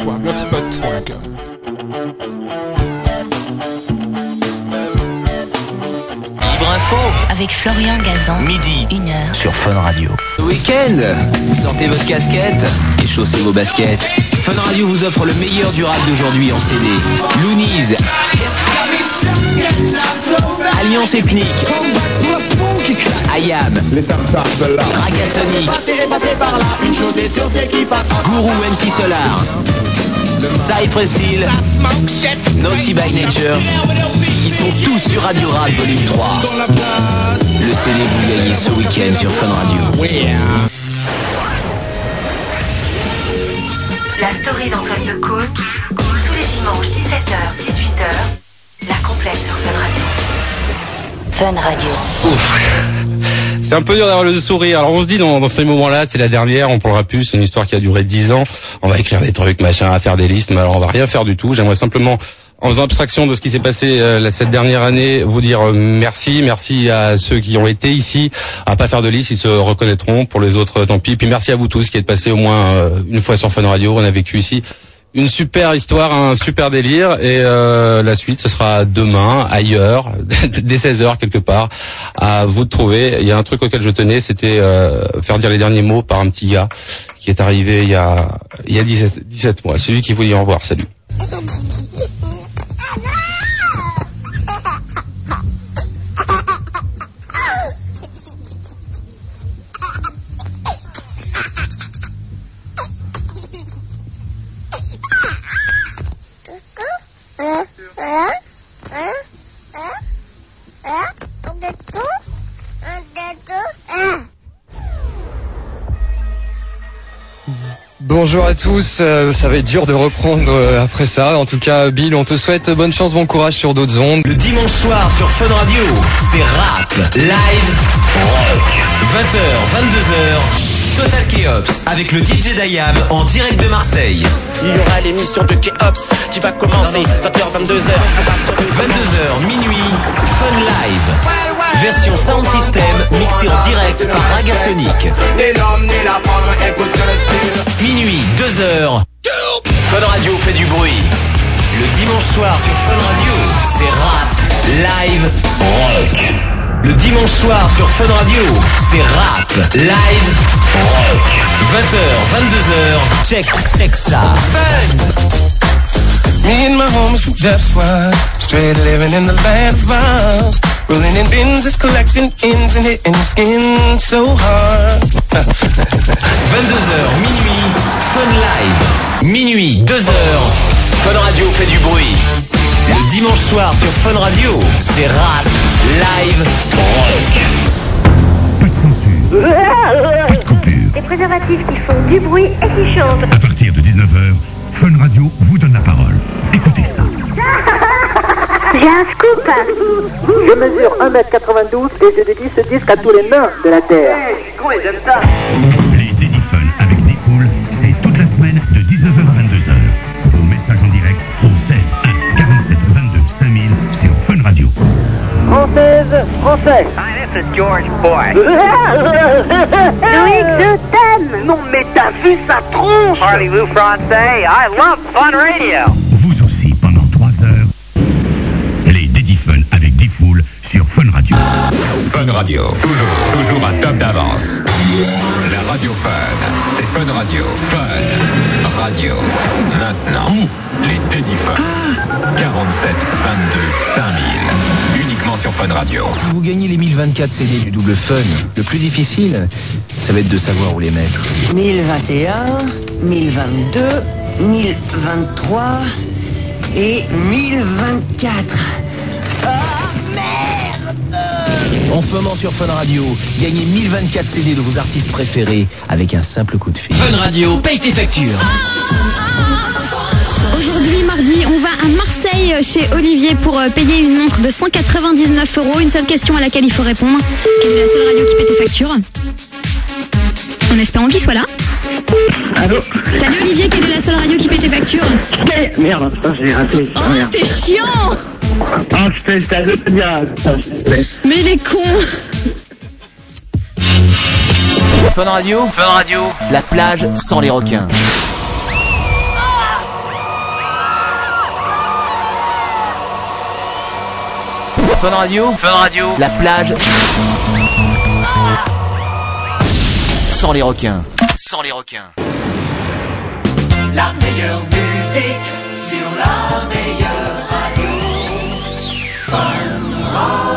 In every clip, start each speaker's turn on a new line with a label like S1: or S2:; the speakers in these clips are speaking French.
S1: Oncast.blogspot.com
S2: Libre Info,
S3: avec Florian Gazan.
S2: midi,
S3: Une heure.
S2: sur Fun Radio. Le week-end, sortez votre casquette et chaussez vos baskets. Fun Radio vous offre le meilleur du rap d'aujourd'hui en CD. Loonies, Alliance Ethnique, IAM,
S4: Les tartares de là.
S2: Ragasonic, Guru MC Solar, Cypress Hill, Naughty by Nature. Ils sont tous sur Radio Rap Volume 3. Le CD que vous gagnez ce week-end sur Fun Radio.
S5: La story d'Antoine Lecaune, tous les dimanches 17h, 18h, la complète sur Fun Radio.
S3: Fun Radio.
S6: C'est un peu dur d'avoir le sourire. Alors on se dit dans, dans ces moments-là, c'est la dernière, on prendra plus, c'est une histoire qui a duré 10 ans, on va écrire des trucs, machin, à faire des listes, mais alors on va rien faire du tout. J'aimerais simplement, en faisant abstraction de ce qui s'est passé euh, la- cette dernière année, vous dire euh, merci, merci à ceux qui ont été ici, à pas faire de liste, ils se reconnaîtront, pour les autres euh, tant pis. Puis merci à vous tous qui êtes passés au moins euh, une fois sur Fun Radio, on a vécu ici. Une super histoire, un super délire et euh, la suite, ce sera demain, ailleurs, dès 16h quelque part à vous de trouver. Il y a un truc auquel je tenais, c'était euh, faire dire les derniers mots par un petit gars qui est arrivé il y a, il y a 17, 17 mois. Celui qui vous dit au revoir, salut.
S7: Bonjour à tous, euh, ça va être dur de reprendre euh, après ça. En tout cas, Bill, on te souhaite bonne chance, bon courage sur d'autres ondes.
S2: Le dimanche soir sur Fun Radio, c'est rap, live, rock. 20h, 22h, Total Keops avec le DJ Dayam en direct de Marseille.
S8: Il y aura l'émission de Keops qui va commencer 20h, 22h.
S2: 22h minuit, Fun Live. Version Sound System mixée en direct par Ragasonic. Minuit, 2h. Fun Radio fait du bruit. Le dimanche soir sur Fun Radio, c'est rap, live, rock. Le dimanche soir sur Fun Radio, c'est rap, live, rock. 20h, 22h, check, check ça.
S9: Me and my homies from Jeff Squad, straight living in the land of ours. Rolling in bins, just collecting ends and hitting the skin so hard.
S2: 22h minuit, Fun Live. Minuit, 2h, Fun Radio fait du bruit. Le dimanche soir sur Fun Radio, c'est rap, live, rock.
S5: Des préservatifs qui font du bruit et qui chantent.
S10: À partir de 19h, Fun Radio vous donne la parole. Écoutez ça.
S5: J'ai un scoop. Je mesure 1m92 et je dédie ce disque à tous les nains de la Terre.
S10: Les Daily Fun avec Nicool, et toute la semaine de 19h à 22h. Vos messages en direct au 16 1 47 22 5000 sur Fun Radio.
S5: Française, français. Hi, this is George Boy. Loïc, je t'aime. Non, mais t'as vu sa tronche. Harley Lou français. I love fun radio.
S10: Vous aussi pendant 3 heures. Les Daily Fun avec Nicool sur Fun Radio.
S11: Fun Radio, toujours, toujours un top d'avance. La radio Fun, c'est Fun Radio. Fun Radio. Maintenant, les Daily Fun. 47 22 5000. Uniquement sur Fun Radio.
S2: Vous gagnez les 1024 CD du double fun. Le plus difficile, ça va être de savoir où les mettre.
S12: 1021, 1022, 1023 et 1024.
S2: En ce moment sur Fun Radio, gagnez 1024 CD de vos artistes préférés avec un simple coup de fil. Fun Radio, paye tes factures.
S13: Aujourd'hui, mardi, on va à Marseille euh, chez Olivier pour euh, payer une montre de 199 euros. Une seule question à laquelle il faut répondre. Quelle est la seule radio qui paie tes factures En espérant qu'il soit là. Salut Olivier, quelle est la seule radio qui paie tes factures
S8: Merde, hein, putain, je l'ai raté.
S13: Oh, t'es chiant
S8: Oh, putain, je t'avais pas dit, ah, putain, je te plaît.
S13: Mais les cons
S2: Fun Radio, Fun Radio, la plage sans les requins.
S14: Fun Radio. Fun Radio. La plage. Sans les requins. Sans les requins.
S15: La meilleure musique sur la meilleure radio. Fun Radio.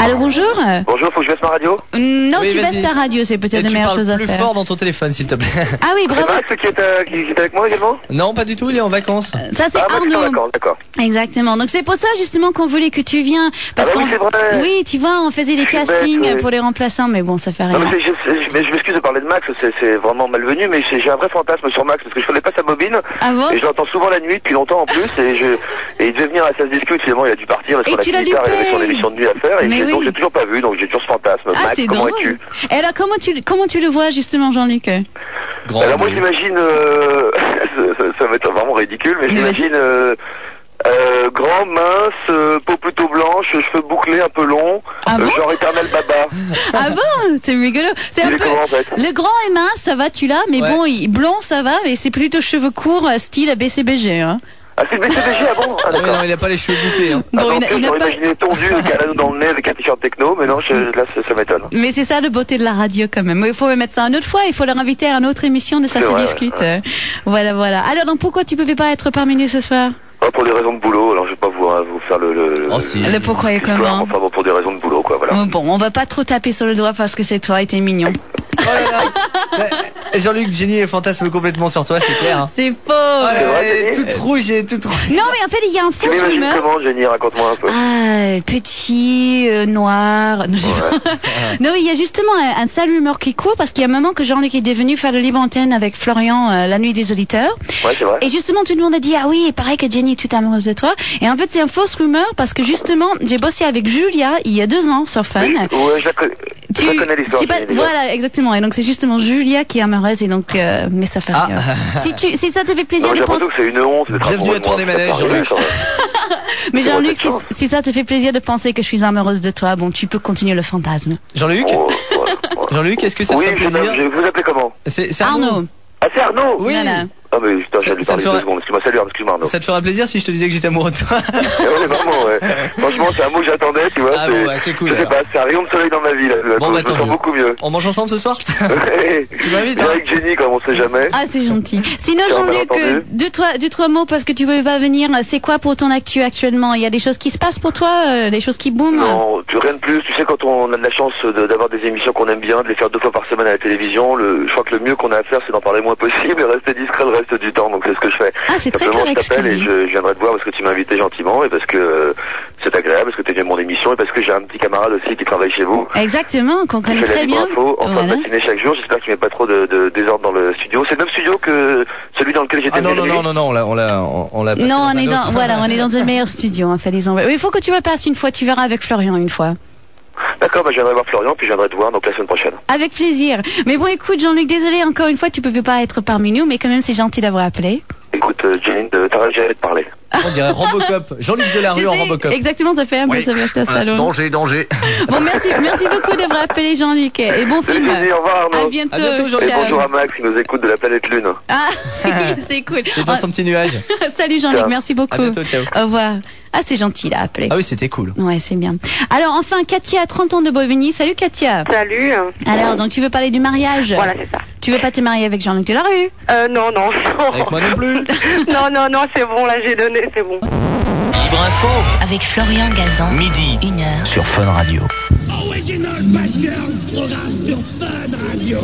S16: Allô, bonjour
S6: Bonjour, faut que je baisse ma radio
S16: Hum, Non,
S6: Oui,
S16: tu
S6: vas-y.
S16: baisses ta radio, c'est peut-être
S6: Et
S16: la
S6: tu
S16: meilleure
S6: parles
S16: chose à
S6: plus
S16: faire.
S6: fort
S2: dans ton téléphone, s'il te plaît.
S16: Ah oui, bravo.
S6: C'est Max qui est, euh, qui- qui est avec moi également
S2: Non, pas du tout, il est en vacances.
S6: ben,
S16: Ça, c'est
S6: ah, bah,
S16: Arnaud.
S6: D'accord, d'accord.
S16: Exactement. Donc c'est pour ça justement qu'on voulait que tu viennes. Parce
S6: Ah bah oui,
S16: qu'on-
S6: c'est vrai.
S16: oui, tu vois, on faisait des
S6: suis bête,
S16: castings
S6: ouais.
S16: pour les remplaçants, mais bon, ça fait
S6: Non, mais
S16: rien.
S6: c'est- je, je- mais je m'excuse de parler de Max, c'est- c'est vraiment malvenu, mais j'ai j'ai un vrai fantasme sur Max parce que je connais pas sa bobine.
S16: Ah bon
S6: et je l'entends souvent la nuit depuis longtemps en plus. Et, je, et il devait venir à sa discute, finalement il a dû partir parce
S16: Et
S6: qu'on a
S16: tu
S6: fini
S16: l'as
S6: tard, il avait
S16: loupé.
S6: son émission de nuit à faire. Et
S16: Mais
S6: j'ai-
S16: oui.
S6: donc j'ai toujours pas vu, donc j'ai toujours ce fantasme.
S16: Ah,
S6: Max,
S16: c'est
S6: comment
S16: drôle.
S6: es-tu
S16: Et alors comment tu comment tu le vois justement, Jean-Luc
S6: Alors moi j'imagine, euh, ça- ça, ça va être vraiment ridicule, mais j'imagine euh, euh, grand, mince, euh, peau plutôt blanche, cheveux bouclés, un peu longs, euh, genre éternel baba.
S16: Ah bon, c'est rigolo. C'est un
S6: Il est
S16: peu
S6: comment, en fait
S16: le grand et mince, ça va, tu l'as, mais bon, il- blond, ça va, mais c'est plutôt cheveux courts, euh, style BCBG. Hein.
S6: Ah c'est le BCBG, ah bon ah,
S2: Non, mais
S6: d'accord.
S2: non, il a pas les cheveux bouclés. Hein.
S6: Ah, non, plus, j'aurais imaginé tondu avec un anneau dans le nez avec un t-shirt techno, mais non, je- là ça, ça m'étonne.
S16: Mais c'est ça le beauté de la radio quand même. Il faut mettre ça une autre fois, il faut leur inviter à une autre émission de ça
S6: C'est
S16: se
S6: vrai,
S16: discute.
S6: ouais.
S16: Euh, Voilà, voilà. Alors donc pourquoi tu pouvais pas être parmi nous ce soir
S6: Ah, pour des raisons de boulot, alors je vais pas vous, hein, vous faire le... Le,
S16: Le pourquoi et
S6: l'histoire,
S16: comment.
S6: Enfin bon, pour des raisons de boulot, quoi, voilà.
S16: Oh, Bon, on va pas trop taper sur le doigt parce que c'est toi et t'es mignon.
S2: Jean-Luc, Jenny est fantasme complètement sur toi, c'est clair. hein.
S16: C'est faux.
S2: Ouais, ouais, toute rouge et toute rouge.
S16: Non mais en fait il y a un faux
S6: Tu m'imagines
S16: humeur.
S6: comment, Jenny Raconte-moi un peu.
S16: Ah, petit, euh, noir. Non, j'ai pas- Non, mais il y a justement un, un sale humeur qui court parce qu'il y a un moment que Jean-Luc est devenu faire le libre antenne avec Florian euh, la nuit des auditeurs.
S6: Ouais, c'est vrai.
S16: Et justement, tout le monde a dit, ah oui, il paraît que Jenny est toute amoureuse de toi. Et en fait, c'est une fausse rumeur parce que justement, j'ai bossé avec Julia il y a deux ans sur Fun.
S6: Ouais, je la, connais- je la connais l'histoire.
S16: C'est pas-
S6: Jenny, déjà.
S16: voilà, exactement. Et donc, c'est justement Julia qui est amoureuse et donc, euh, mais
S6: Ah,
S16: ça fait rien. Si, tu, si ça te fait plaisir
S6: Non,
S16: de
S6: j'ai
S16: penser,
S6: l'impression que c'est une honte. Bienvenue à tourner manège, Jean-Luc.
S16: mais Jean-Luc, si, si ça te fait plaisir de penser que je suis amoureuse de toi, bon, tu peux continuer le fantasme.
S2: Jean-Luc Jean-Luc, est-ce que ça
S6: Oh. Oui,
S2: te fait
S6: jeune
S2: plaisir
S6: homme, je vous appelez comment
S2: C'est c'est
S16: Arnaud.
S6: Ah, c'est Arnaud
S2: Oui. Voilà.
S6: Ah, mais putain, j'ai dû
S2: ça
S6: parler
S2: te fera-
S6: deux secondes. Excuse-moi, salut, Arnaud, excuse-moi, Arnaud.
S2: Ça te fera plaisir si je te disais que j'étais amoureux de toi
S6: ouais, vraiment, ouais. Franchement, c'est un mot que j'attendais, tu vois.
S2: Ah bon, bah, c'est cool,
S6: Je sais
S2: alors.
S6: pas, c'est un rayon de soleil dans ma vie, là.
S2: Bon, bah,
S6: je me
S2: tant
S6: sens
S2: mieux.
S6: beaucoup mieux.
S2: On mange ensemble ce soir Ah,
S6: tu m'invites, Avec Jenny, comme on sait jamais.
S16: Ah, c'est gentil. Sinon,
S6: Tiens,
S16: Jean-Luc,
S6: malentendu.
S16: euh, deux, trois, deux, trois mots parce que tu peux pas venir. C'est quoi pour ton actu actuellement Il y a des choses qui se passent pour toi euh, Des choses qui booment
S6: Non, tu, rien de plus. Tu sais, quand on a de la chance de- d'avoir des émissions qu'on aime bien, de les faire deux fois par semaine à la télévision, le, je crois que le mieux qu'on a à faire, c'est d'en parler le moins possible et rester discret le reste du temps. Donc c'est ce que je fais.
S16: Ah, c'est très
S6: Simplement,
S16: correct,
S6: je t'appelle
S16: ce que
S6: et
S16: tu
S6: je, je viendrai te voir parce que tu m'as invité gentiment et parce que euh, c'est agréable, parce que tu aimes mon émission et parce que j'ai un petit camarade aussi qui travaille chez vous.
S16: Exactement, qu'on
S6: Il
S16: connaît
S6: fait la
S16: très
S6: libre
S16: bien.
S6: info en fin de
S16: Voilà.
S6: matinée chaque jour. J'espère qu'il n'y a pas trop de, de désordre dans le studio. C'est le même studio que celui dans lequel j'étais.
S2: Ah non, non,
S6: Valérie.
S2: non, non, non, on l'a- on l'a on- on l'a passé
S16: Non,
S2: un
S16: on est dans,
S2: autre.
S16: voilà, on est dans un meilleur studio. Enfin, disons. Oui, Il faut que tu me passes une fois. Tu verras avec Florian une fois.
S6: D'accord, bah, je viendrai voir Florian puis je viendrai te voir donc la semaine prochaine.
S16: Avec plaisir. Mais bon, écoute, Jean-Luc, désolé encore une fois, tu pouvais pas être parmi nous, mais quand même, c'est gentil d'avoir appelé.
S6: Écoute, euh, Jenny, euh, t'arrêtes jamais de parler.
S2: On dirait Robocop. Jean-Luc
S16: Je
S2: Delarue en
S16: sais,
S2: Robocop.
S16: Exactement, ça fait un peu Sébastien Stallone.
S2: danger.
S16: Bon, merci, merci beaucoup d'avoir appelé Jean-Luc. Et bon film.
S6: au revoir, Arnaud.
S16: À bientôt.
S6: Et
S16: ciao.
S6: bonjour à Max qui nous écoute de la planète Lune.
S16: Ah, c'est cool.
S2: C'est dans son petit nuage.
S16: Salut Jean-Luc,
S2: Ciao.
S16: merci beaucoup.
S2: À bientôt, ciao.
S16: Au revoir. Ah, c'est gentil, il a appelé.
S2: Ah oui, c'était cool.
S16: Ouais, c'est bien. Alors, enfin, Katia, 30 ans de Bobigny. Salut, Katia.
S1: Salut.
S16: Alors, donc, tu veux parler du mariage Voilà, c'est
S1: ça.
S16: Tu veux pas te marier avec Jean-Luc Delarue
S1: Euh, non, non.
S6: Oh.
S1: Avec
S2: moi non plus.
S1: non, non, non, c'est bon, là j'ai donné, c'est bon.
S5: Libre Info. Avec Florian Gazan. Midi. Une heure.
S14: Sur Fun Radio.
S15: Original Bad Girl, programme sur Fun Radio.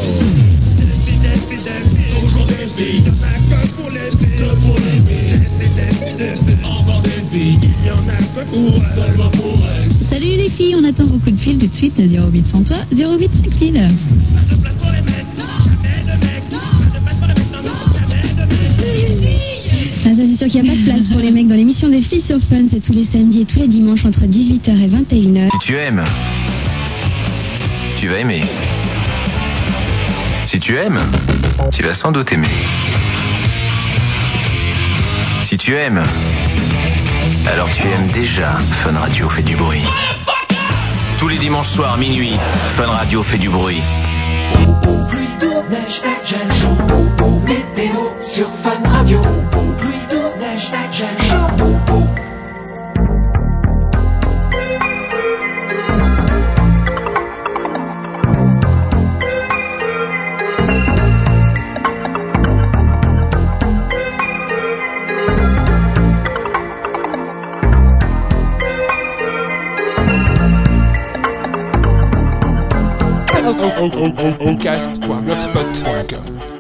S17: Salut les filles, on attend vos coups de fil tout de suite à 08 sans toi, 08 5000. Ah, ça c'est sûr qu'il n'y a pas de place pour les mecs dans l'émission des filles sur Fun, c'est tous les samedis et tous les dimanches entre 18h et 21h.
S18: Si tu aimes, tu vas aimer. Si tu aimes, tu vas sans doute aimer. Si tu aimes, alors tu aimes déjà. Fun Radio fait du bruit. Tous les dimanches soirs minuit, Fun Radio fait du bruit.
S15: Pluie de neige, fait gel chaud. Météo sur Fun Radio. Pluie de neige, fait gel chaud.
S1: on, on, on, on, on cast.blogspot.com